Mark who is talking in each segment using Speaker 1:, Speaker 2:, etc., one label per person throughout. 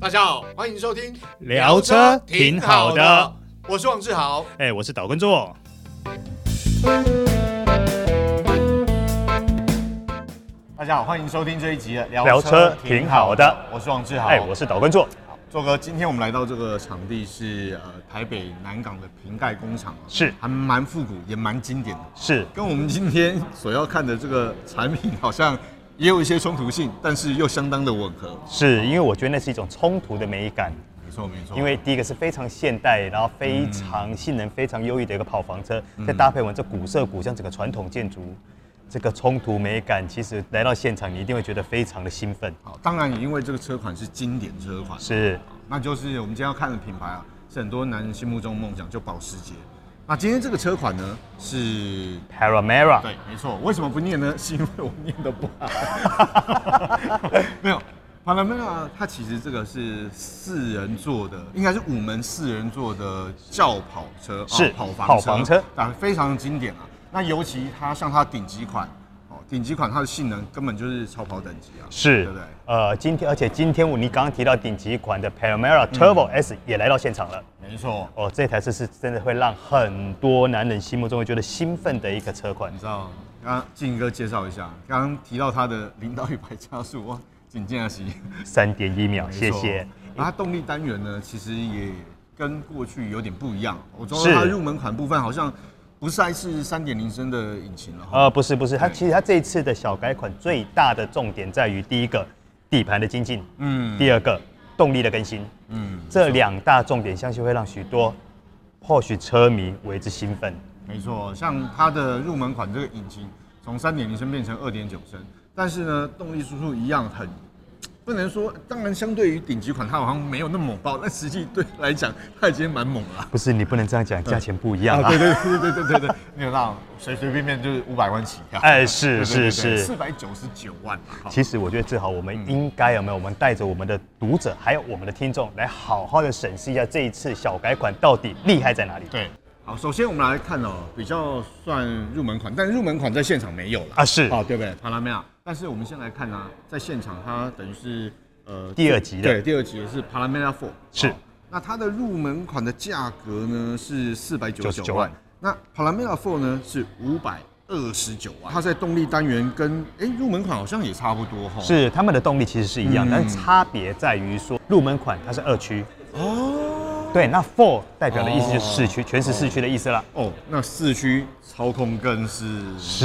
Speaker 1: 大家好，欢迎收听
Speaker 2: 聊车挺好的，，
Speaker 1: 我是王志豪。
Speaker 2: 哎、我是岛根座。
Speaker 1: 大家好，欢迎收听这一集的
Speaker 2: 聊车挺好的
Speaker 1: 我是王志豪。
Speaker 2: 哎、我是岛根座。
Speaker 1: 做哥，今天我们来到这个场地是呃台北南港的瓶盖工厂啊，
Speaker 2: 是
Speaker 1: 还蛮复古，也蛮经典的，
Speaker 2: 是，
Speaker 1: 跟我们今天所要看的这个产品好像也有一些冲突性，但是又相当的吻合。
Speaker 2: 是因为我觉得那是一种冲突的美感，
Speaker 1: 没错没错，
Speaker 2: 因为第一个是非常现代，然后非常性能非常优异的一个跑房车，再搭配我们这古色古香整个传统建筑，这个冲突美感，其实来到现场你一定会觉得非常的兴奋。
Speaker 1: 好，当然也因为这个车款是经典车款，
Speaker 2: 是，
Speaker 1: 那就是我们今天要看的品牌啊，是很多男人心目中的梦想，就保时捷。那今天这个车款呢是
Speaker 2: Panamera，
Speaker 1: 对，没错。为什么不念呢？ 是因为我念的不 好。没有 p a n a m e 它其实这个是四人座的，应该是五门四人座的轿跑车，啊
Speaker 2: 是
Speaker 1: 跑房
Speaker 2: 跑房车
Speaker 1: 啊，非常经典啊。那尤其它像它顶级款，哦，顶级款它的性能根本就是超跑等级啊，
Speaker 2: 是
Speaker 1: 对不对？
Speaker 2: 呃，今天而且今天我你刚刚提到顶级款的 Panamera Turbo S 也来到现场了。
Speaker 1: 没错，
Speaker 2: 哦，这台车是真的会让很多男人心目中会觉得兴奋的一个车款
Speaker 1: 你。知道，刚刚静哥介绍一下，刚刚提到它的零到一百加速，哇，仅见而行。
Speaker 2: 三点一秒，
Speaker 1: 没
Speaker 2: 谢
Speaker 1: 错
Speaker 2: 谢。。
Speaker 1: 那它动力单元呢，其实也跟过去有点不一样。我说
Speaker 2: 是
Speaker 1: 它入门款部分好像不再是三点零升的引擎了哈。
Speaker 2: 呃，不是不是，它其实它这一次的小改款最大的重点在于第一个底盘的精进，
Speaker 1: 嗯
Speaker 2: 第二个动力的更新，
Speaker 1: 嗯，
Speaker 2: 这两大重点相信会让许多或许车迷为之兴奋。
Speaker 1: 没错，像它的入门款这个引擎从三点零升变成二点九升，但是呢，动力输出一样很。不能说，当然，相对于顶级款，它好像没有那么猛爆，但实际对来讲，它已经蛮猛了。
Speaker 2: 不是你不能这样讲，价钱不一样啊。
Speaker 1: 对对对对对对 对，你有那种随随便便就是五百万起跳，
Speaker 2: 哎是是是
Speaker 1: 四百九十九万嘛，哈
Speaker 2: 其实我觉得志豪，我们应该有没有？我们带着我们的读者还有我们的听众来好好的审视一下这一次小改款到底厉害在哪里。
Speaker 1: 对，好，首先我们来看哦，比较算入门款，但入门款在现场没有了
Speaker 2: 啊是
Speaker 1: 哦，对不对？帕拉梅亚，但是我们先来看啊，在现场它等于是呃
Speaker 2: 第二级的
Speaker 1: 对，第二级的是帕拉梅亚 Four，
Speaker 2: 是
Speaker 1: 那它的入门款的价格呢是四百九十
Speaker 2: 99
Speaker 1: 九万
Speaker 2: 万，
Speaker 1: 那帕拉梅亚 Four 呢是五百二十九万，它在动力单元跟哎入门款好像也差不多哈、哦，
Speaker 2: 是他们的动力其实是一样，
Speaker 1: 嗯
Speaker 2: 但是差别在于说入门款它是二驱，
Speaker 1: 哦
Speaker 2: 对，那 Four 代表的意思就是市区，全是市区的意思啦。
Speaker 1: 哦，那四驱操控更是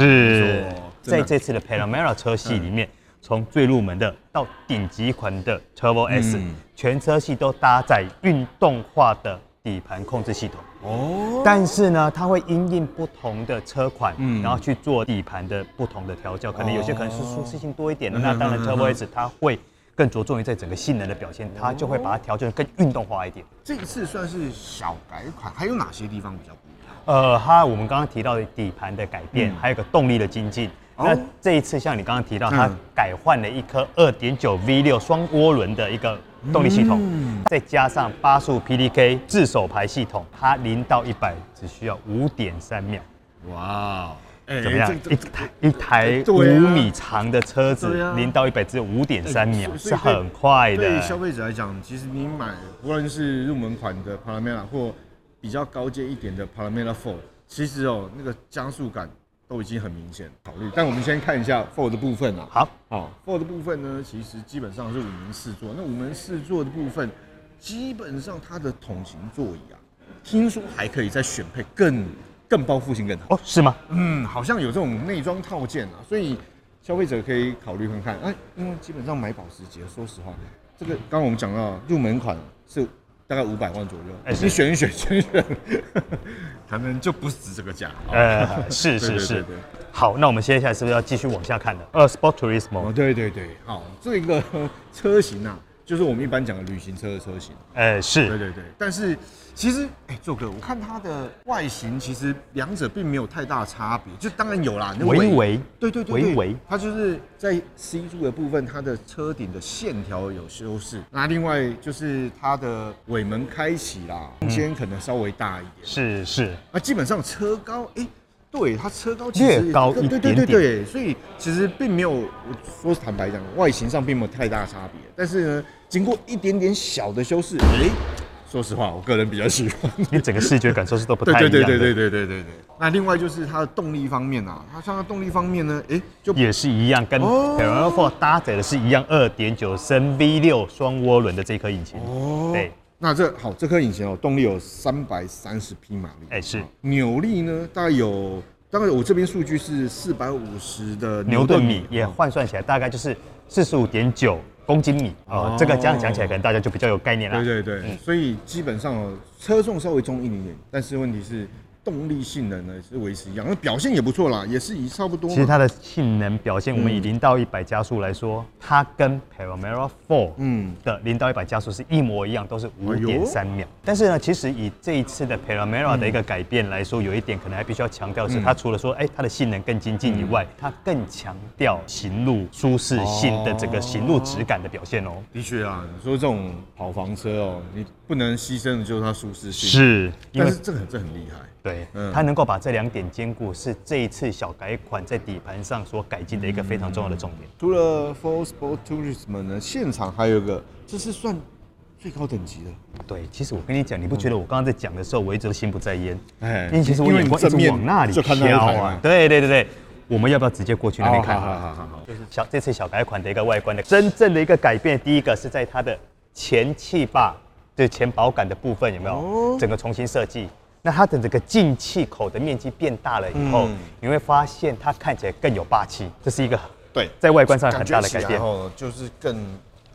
Speaker 1: 没错真
Speaker 2: 在
Speaker 1: 的
Speaker 2: 这次的 Panamera 车系里面，从最入门的到顶级款的 Turbo S，、
Speaker 1: 嗯
Speaker 2: 全车系都搭载运动化的底盘控制系统。
Speaker 1: 哦。
Speaker 2: 但是呢，它会因应不同的车款，
Speaker 1: 嗯
Speaker 2: 然后去做底盘的不同的调教，可能有些可能是舒适性多一点的，
Speaker 1: 哦
Speaker 2: 那当然
Speaker 1: 嗯嗯嗯
Speaker 2: Turbo S 它会更着重于在整个性能的表现，它就会把它调整得更运动化一点。
Speaker 1: 这一次算是小改款，还有哪些地方比较不一样？
Speaker 2: 呃，它我们刚刚提到的底盘的改变，
Speaker 1: 嗯
Speaker 2: 还有个动力的精进。
Speaker 1: 哦
Speaker 2: 那这一次像你刚刚提到，
Speaker 1: 嗯
Speaker 2: 它改换了一颗2.9 V6 双涡轮的一个动力系统，
Speaker 1: 嗯
Speaker 2: 再加上八速 PDK 自手排系统，它零到一百只需要5.3秒。
Speaker 1: 哇，哎
Speaker 2: 怎么样？一台一台五
Speaker 1: 对啊
Speaker 2: 米长的车子
Speaker 1: 对啊，
Speaker 2: 零到一百只有五点三秒，
Speaker 1: 哎
Speaker 2: 是
Speaker 1: 所以
Speaker 2: 很快
Speaker 1: 对消
Speaker 2: 的。
Speaker 1: 费者来讲，其实你买无论是入门款的 Panamera 或比较高阶一点的 Panamera Four，其实哦那个加速感都已经很明显考虑。但我们先看一下 Four 的部分啊。
Speaker 2: 好，
Speaker 1: 好，Four 的部分呢，其实基本上是五门四座。那五门四座的部分，基本上它的桶型座椅啊，听说还可以再选配更更包覆性更好。
Speaker 2: 哦，是吗？
Speaker 1: 嗯，好像有这种内装套件啊，所以消费者可以考虑看看。哎、因为基本上买保时捷，说实话，这个刚刚我们讲到入门款是大概五百万左右，
Speaker 2: 哎是
Speaker 1: 你选一选，选一选，可能就不止这个价。
Speaker 2: 呃，是
Speaker 1: 哦 对
Speaker 2: 是
Speaker 1: 对
Speaker 2: 是
Speaker 1: 对对。
Speaker 2: 好，那我们接下来是不是要继续往下看了？呃，Sport
Speaker 1: 哦，
Speaker 2: Turismo，
Speaker 1: 对对对，好，这个呃车型啊，就是我们一般讲的旅行车的车型。
Speaker 2: 呃，
Speaker 1: 对
Speaker 2: 是
Speaker 1: 对对，但是其实，哎、做哥，我看它的外形其实两者并没有太大差别，就当然有啦，那个
Speaker 2: 维维
Speaker 1: 对对对对，
Speaker 2: 微微
Speaker 1: 它就是在 C 柱的部分，它的车顶的线条有修饰。那另外就是它的尾门开启啦，空间可能稍微大一点。
Speaker 2: 是是，
Speaker 1: 那基本上车高，哎、对它车高其实
Speaker 2: 略高一
Speaker 1: 对对对
Speaker 2: 点点
Speaker 1: 对，所以其实并没有，我说坦白讲，外形上并没有太大差别。但是呢，经过一点点小的修饰，哎、说实话，我个人比较喜欢。
Speaker 2: 你整个视觉感受是都不
Speaker 1: 对
Speaker 2: 太一
Speaker 1: 对
Speaker 2: 样的。
Speaker 1: 对对对对对对对。那另外就是它的动力方面啊，它像它动力方面呢，哎、就
Speaker 2: 也是一样，跟 p e
Speaker 1: 哦
Speaker 2: r a f o r 搭载的是一样2.9升 V 6双涡轮的这颗引擎。
Speaker 1: 哦
Speaker 2: 对，
Speaker 1: 那这好，这颗引擎哦，动力有三百三十匹马力，
Speaker 2: 哎是
Speaker 1: 扭力呢，大概有，大概我这边数据是四百五十的
Speaker 2: 牛
Speaker 1: 牛
Speaker 2: 顿
Speaker 1: 顿
Speaker 2: 米
Speaker 1: 米，
Speaker 2: 也换算起来大概就是45.9公斤米哦
Speaker 1: 哦，
Speaker 2: 这个这样讲起来可能大家嗯就比较有概念
Speaker 1: 对
Speaker 2: 啦。
Speaker 1: 对对，所以基本上哦，车重稍微重一点点，但是问题是动力性能呢是维持一样，那表现也不错啦，也是以差不多嗯嘛。
Speaker 2: 其实它的性能表现，我们以零到一百加速来说，它跟 p e r a m e r a Four
Speaker 1: 嗯
Speaker 2: 的零到一百加速是一模一样，都是五
Speaker 1: 哎
Speaker 2: 点
Speaker 1: 呦
Speaker 2: 三秒。但是呢，其实以这一次的 p e r a m e r a 的一个改变来说，有一点可能还必须要强
Speaker 1: 嗯
Speaker 2: 调的是，它除了说哎它的性能更精进以外，它更强调行路舒适性的整个行路质感的表现哦。
Speaker 1: 的确啊，你说这种跑房车哦，你不能牺牲的就是它舒适性，，
Speaker 2: 是，因
Speaker 1: 但
Speaker 2: 为
Speaker 1: 是这个这很厉害。
Speaker 2: 对，
Speaker 1: 嗯
Speaker 2: 它能够把这两点兼顾，是这一次小改款在底盘上所改进的一个非常重要的重点。
Speaker 1: 除了 Full Sport Tourism 呢，现场还有一个，这是算最高等级的。
Speaker 2: 对，其实我跟你讲，你不觉得我刚刚在讲的时候，我一直都心不在焉，
Speaker 1: 嗯哎
Speaker 2: 因为其实我
Speaker 1: 因为
Speaker 2: 眼
Speaker 1: 你
Speaker 2: 光一直
Speaker 1: 正面
Speaker 2: 往那里
Speaker 1: 就看到一
Speaker 2: 飘
Speaker 1: 台
Speaker 2: 啊
Speaker 1: 嘛。哦
Speaker 2: 对对对对，我们要不要直接过去那边看？
Speaker 1: 好好好好，
Speaker 2: 小这次小改款的一个外观的真正的一个改变，第一个是在它的前气坝，就是前保杆的部分有没有？
Speaker 1: 哦
Speaker 2: 整个重新设计。那它的整个进气口的面积变大了以后，
Speaker 1: 嗯
Speaker 2: 你会发现它看起来更有霸气，这是一个
Speaker 1: 对
Speaker 2: 在外观上很大的改
Speaker 1: 感觉起来
Speaker 2: 变
Speaker 1: 哦，就是更，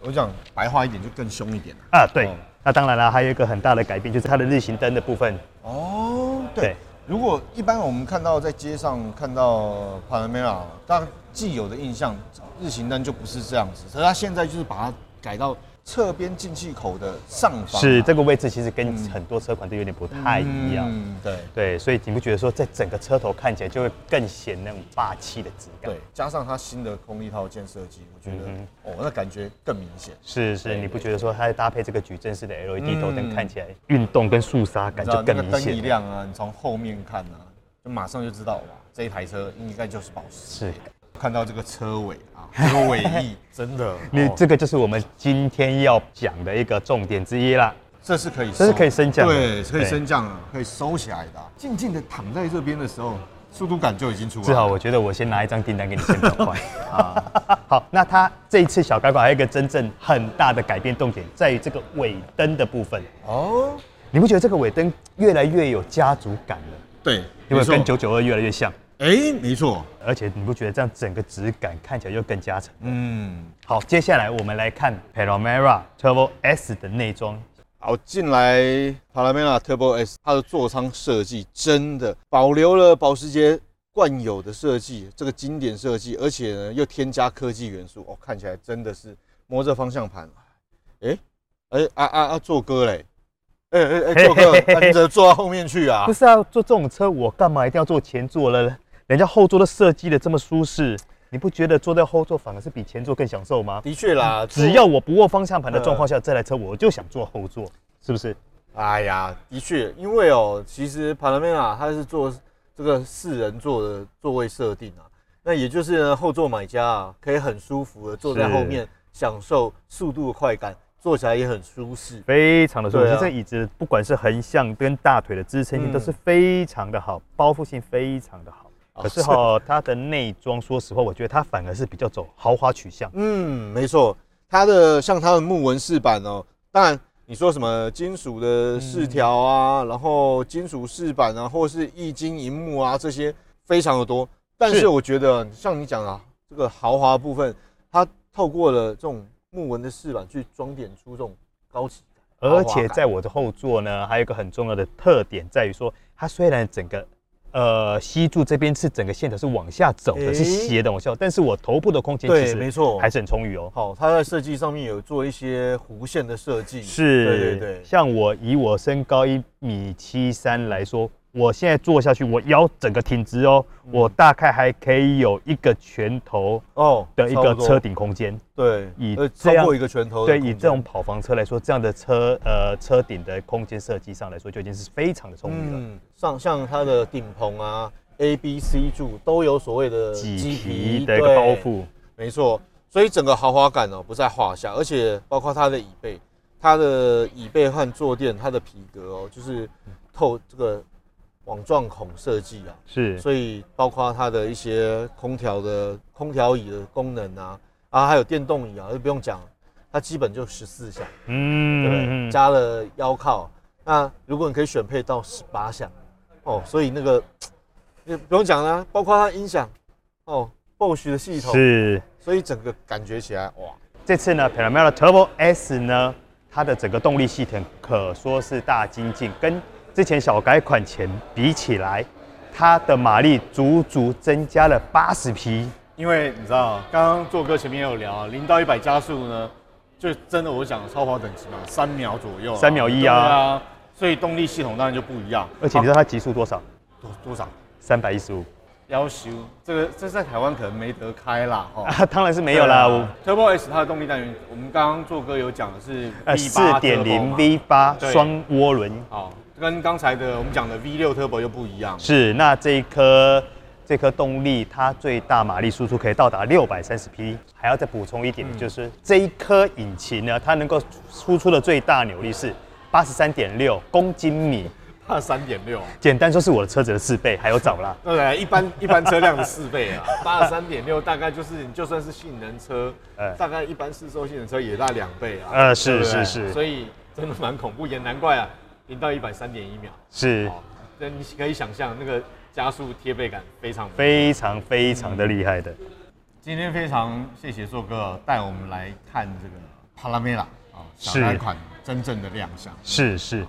Speaker 1: 我讲白话一点，就更凶一点啊
Speaker 2: 啊。对
Speaker 1: 哦，
Speaker 2: 那当然了，还有一个很大的改变就是它的日行灯的部分，
Speaker 1: 哦，对。
Speaker 2: 对
Speaker 1: 如果一般我们看到在街上看到 Panamera，当然既有的印象，日行灯就不是这样子，可是它现在就是把它改到侧边进气口的上方啊、
Speaker 2: 是这个啊位置其实跟很多车款都有点不太一样。
Speaker 1: 嗯，对。
Speaker 2: 对，所以你不觉得说，在整个车头看起来就会更显那种霸气的质感？
Speaker 1: 对，，加上它新的空力套件设计，我觉得、
Speaker 2: 嗯
Speaker 1: 哦，那感觉更明显。
Speaker 2: 是是，你不觉得说它搭配这个矩阵式的 LED 头灯，
Speaker 1: 嗯
Speaker 2: 看起来运动跟肃杀
Speaker 1: 你
Speaker 2: 感
Speaker 1: 知
Speaker 2: 就
Speaker 1: 道那
Speaker 2: 更
Speaker 1: 个
Speaker 2: 明
Speaker 1: 灯一
Speaker 2: 显了？
Speaker 1: 亮啊，你从后面看啊，就马上就知道哇，这一台车应该就是保时。
Speaker 2: 是，
Speaker 1: 看到这个车尾啊， 这个尾翼，真的，
Speaker 2: 你
Speaker 1: 哦
Speaker 2: 这个就是我们今天要讲的一个重点之一啦。
Speaker 1: 这是可以收，
Speaker 2: 这是可以升降的
Speaker 1: 对，可以
Speaker 2: 对
Speaker 1: 升降了，可以收起来的啊。静静的躺在这边的时候，速度感就已经出来了。
Speaker 2: 志豪，我觉得我先拿一张订单给你先转 换啊。好，那它这一次小改款还有一个真正很大的改变重点，在于这个尾灯的部分。
Speaker 1: 哦，
Speaker 2: 你不觉得这个尾灯越来越有家族感了？
Speaker 1: 对，
Speaker 2: 因为跟
Speaker 1: 没错
Speaker 2: 九九二越来越像，
Speaker 1: 哎，没错，
Speaker 2: 而且你不觉得这样整个质感看起来又更加成？
Speaker 1: 嗯，
Speaker 2: 好，接下来我们来看 Panamera Turbo S 的内装。
Speaker 1: 好，哦进来 Panamera Turbo S，它的座舱设计真的保留了保时捷惯有的设计，这个经典设计，而且呢又添加科技元素，哦，看起来真的是摸着方向盘，哎、哎、啊啊啊，做歌嘞，哎哎哎，做歌，那你怎么坐到后面去啊
Speaker 2: 不？是啊，坐这种车我干嘛一定要坐前座了呢？人家后座都设计的这么舒适，你不觉得坐在后座反而是比前座更享受吗？
Speaker 1: 的确啦，
Speaker 2: 只要我不握方向盘的状况
Speaker 1: 呃
Speaker 2: 下，这台车我就想坐后座，是不是？
Speaker 1: 哎呀，的确，因为哦，其实 Panamera 它是做这个四人座的座位设定啊，那也就是呢，后座买家啊，可以很舒服的坐在
Speaker 2: 是
Speaker 1: 后面，享受速度的快感，坐起来也很舒适。
Speaker 2: 非常的舒服，
Speaker 1: 对啊
Speaker 2: 这个椅子不管是横向跟大腿的支撑性
Speaker 1: 嗯
Speaker 2: 都是非常的好，包覆性非常的好。
Speaker 1: 哦
Speaker 2: 可是哈，它的内装，说实话，我觉得它反而是比较走豪华取向。
Speaker 1: 嗯，没错，它的像它的木纹饰板哦，当然你说什么金属的饰条啊，
Speaker 2: 嗯
Speaker 1: 然后金属饰板啊，或是液晶荧幕啊，这些非常的多。但
Speaker 2: 是
Speaker 1: 是我觉得像你讲的啊，这个豪华部分，它透过了这种木纹的饰板去装点出这种高级感，
Speaker 2: 而
Speaker 1: 豪华
Speaker 2: 且
Speaker 1: 感
Speaker 2: 在我的后座呢，还有一个很重要的特点在于说，它虽然整个呃膝柱这边是整个线条是往下走的，
Speaker 1: 诶
Speaker 2: 是斜的往下走，但是我头部的空间其
Speaker 1: 对，没
Speaker 2: 实
Speaker 1: 错，
Speaker 2: 还是很充裕哦。
Speaker 1: 好，它在设计上面有做一些弧线的设计，
Speaker 2: 是，
Speaker 1: 对对对，
Speaker 2: 像我以我身高一米七三来说，我现在坐下去，我腰整个挺直哦，
Speaker 3: 嗯
Speaker 2: 我大概还可以有一个拳头
Speaker 1: 哦
Speaker 2: 的一
Speaker 1: 差
Speaker 2: 个
Speaker 1: 不多
Speaker 2: 车顶空间。
Speaker 1: 对，
Speaker 2: 以
Speaker 1: 呃
Speaker 2: 这样
Speaker 1: 超过一个拳
Speaker 3: 嗯
Speaker 1: 头的
Speaker 2: 对，
Speaker 1: 空
Speaker 2: 以
Speaker 1: 间
Speaker 2: 这种跑房车来说，这样的车呃车嗯顶的空间设计上来说，就已经是非常的充裕了。
Speaker 1: 嗯，上像它的顶棚啊、
Speaker 3: A、B、C 柱都有所谓的
Speaker 2: 麂皮的一个包，
Speaker 3: 呃对
Speaker 2: 覆，
Speaker 3: 没错。所以整个豪华感哦不在话下，而且包括它的椅背，它的椅背和坐垫，它的皮革哦，就是透这个网状孔设计啊，
Speaker 2: 是
Speaker 3: 所以包括它的一些空调的空调椅的功能啊，啊还有电动椅啊，就不用讲，它基本就十四项，对不对？
Speaker 2: 嗯，
Speaker 3: 加了腰靠，那如果你可以选配到十八项，哦，所以那个也不用讲啦、包括它音响，哦，Bosch 的系统，
Speaker 2: 是
Speaker 3: 所以整个感觉起来哇，
Speaker 2: 这次呢 p a r a m e r a Turbo S 呢，它的整个动力系统可说是大精进，跟之前小改款前比起来，它的马力足足增加了八十匹。
Speaker 4: 因为你知道，啊刚刚做哥前面也有聊啊，零到一百加速呢，就真的我讲超跑等级嘛，三秒左右啊、
Speaker 2: 三秒一
Speaker 4: 对
Speaker 2: 啊
Speaker 4: 啊，所以动力系统当然就不一样。
Speaker 2: 而且你知道它极速多少？
Speaker 4: 多多少？
Speaker 2: 三百一十五
Speaker 4: 要求这个这在台湾可能没得开啦，哈、
Speaker 2: 啊， 当然是没有啦，我
Speaker 4: 对啊 Turbo S 它的动力单元，我们刚刚做哥有讲的是 V 八
Speaker 2: 呃四点零 V 八
Speaker 4: 对
Speaker 2: 双涡轮
Speaker 4: 好，哦跟刚才的我们讲的 V 六 Turbo 又不一样。
Speaker 2: 是，那这一颗这颗动力，它最大马力输出可以到达六百三十匹。还要再补充一点，
Speaker 4: 嗯
Speaker 2: 就是这一颗引擎呢，它能够输出的最大扭力是八十三点六公斤米，
Speaker 4: 它三点六，
Speaker 2: 简单说是我的车子的四倍，还有早啦。
Speaker 4: 对不对？一般一般车辆的四倍 啊，八十三点六大概就是你就算是性能车
Speaker 2: 哎，
Speaker 4: 大概一般市售性能车也大两倍啊。
Speaker 2: 呃，是
Speaker 4: 对不对
Speaker 2: 是是
Speaker 4: 所以真的蛮恐怖，也难怪啊，零到一百三点一秒，
Speaker 2: 是，
Speaker 4: 哦，那你可以想象那个加速贴背感非常非。
Speaker 2: 非常非常的厉害的。
Speaker 4: 今天非常谢谢硕哥啊带我们来看这个帕拉梅拉啊，
Speaker 2: 是
Speaker 4: 小改款真正的亮相。
Speaker 2: 是是，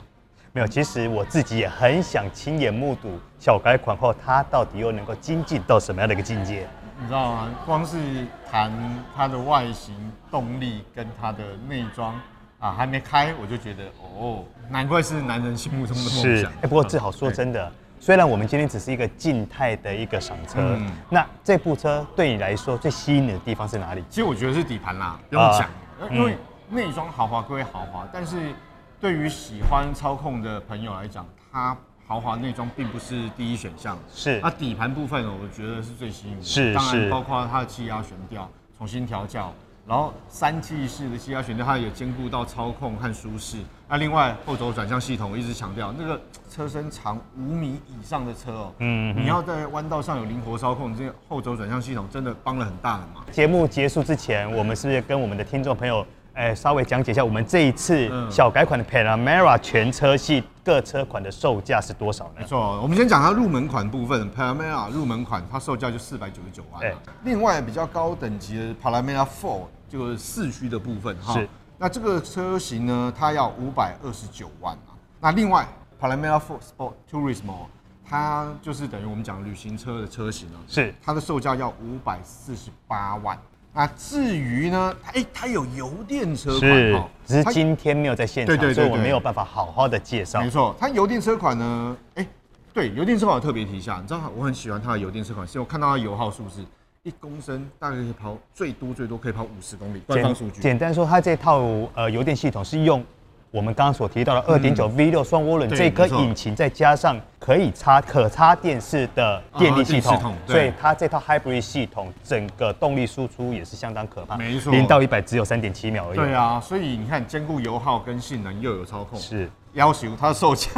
Speaker 2: 没有。其实我自己也很想亲眼目睹小改款后，它到底又能够精进到什么样的一个境界？
Speaker 4: 你知道吗？光是谈它的外形、动力跟它的内装啊，还没开我就觉得哦，难怪是男人心目中的梦
Speaker 2: 是
Speaker 4: 想，。嗯
Speaker 2: 哎，不过志豪说真的，虽然我们今天只是一个静态的一个赏车，
Speaker 4: 嗯
Speaker 2: 那这部车对你来说最吸引你的地方是哪里？
Speaker 4: 其实我觉得是底盘啦，不用
Speaker 2: 啊
Speaker 4: 讲，呃因为内装豪华归豪华，但是对于喜欢操控的朋友来讲，它豪华内装并不是第一选项。
Speaker 2: 是
Speaker 4: 那底盘部分，我觉得是最吸引我的。
Speaker 2: 是
Speaker 4: 当
Speaker 2: 是
Speaker 4: 然包括它的气压悬吊重新调教，然后三气式的气压悬吊，它也兼顾到操控和舒适。那另外后轴转向系统，我一直强调，那个车身长五米以上的车哦，
Speaker 2: 嗯
Speaker 4: 嗯，
Speaker 2: 哼
Speaker 4: 你要在弯道上有灵活操控，这个后轴转向系统真的帮了很大的忙。
Speaker 2: 节目结束之前，我们是不是跟我们的听众朋友，哎，稍微讲解一下我们这一次
Speaker 4: 嗯
Speaker 2: 小改款的 Panamera 全车系各车款的售价是多少呢
Speaker 4: 没？错，我们先讲它入门款部分，Panamera 入门款它售价就四百九十九万、
Speaker 2: 哎
Speaker 4: 啊。另外比较高等级的 Panamera Four 就是四驱的部分哈
Speaker 2: 是。
Speaker 4: 那这个车型呢，它要五百二十九万啊。那另外 Panamera Four Sport Turismo，它就是等于我们讲旅行车的车型啊，
Speaker 2: 是
Speaker 4: 它的售价要五百四十八万。那至于呢，它哎、它有油电车款
Speaker 2: 是
Speaker 4: 哦，
Speaker 2: 只是
Speaker 4: 它
Speaker 2: 今天没有在现
Speaker 4: 对
Speaker 2: 场，
Speaker 4: 对对
Speaker 2: 所以我
Speaker 4: 对
Speaker 2: 没有办法好好的介绍
Speaker 4: 没。错，它油电车款呢，哎、对，油电车款我特别提一下，你知道我很喜欢它的油电车款，是我看到它油耗数字，一公升大概可以跑最多最多可以跑五十公里，官方数据。
Speaker 2: 简单说，它这套呃油电系统是用我们刚刚所提到的二点九 V 六双涡轮
Speaker 4: 嗯对
Speaker 2: 这颗
Speaker 4: 没错
Speaker 2: 引擎，再加上可以插可插电式的电力系
Speaker 4: 啊电力
Speaker 2: 统
Speaker 4: 系统，对
Speaker 2: 所以它这套 Hybrid 系统整个动力输出也是相当可怕，
Speaker 4: 没错
Speaker 2: 零到一百只有三点七秒而已。
Speaker 4: 对啊，所以你看，兼顾油耗跟性能又有操控，
Speaker 2: 是
Speaker 4: 要求它的售价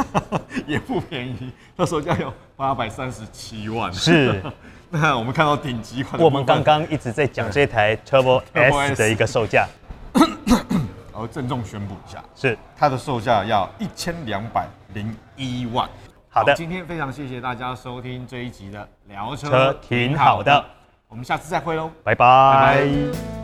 Speaker 4: 也不便宜，它售价有八百三十七万。
Speaker 2: 是，
Speaker 4: 那我们看到顶级款的部分，
Speaker 2: 我们刚刚一直在讲这台 Turbo
Speaker 4: Turbo
Speaker 2: S
Speaker 4: S
Speaker 2: 的一个售价
Speaker 4: 然后郑重宣布一下，
Speaker 2: 是
Speaker 4: 它的售价要一千两百零一万。
Speaker 2: 好的
Speaker 4: 今天非常谢谢大家收听这一集的聊车
Speaker 2: 车挺好的，
Speaker 4: 我们下次再会喽。
Speaker 2: 拜拜。
Speaker 4: 拜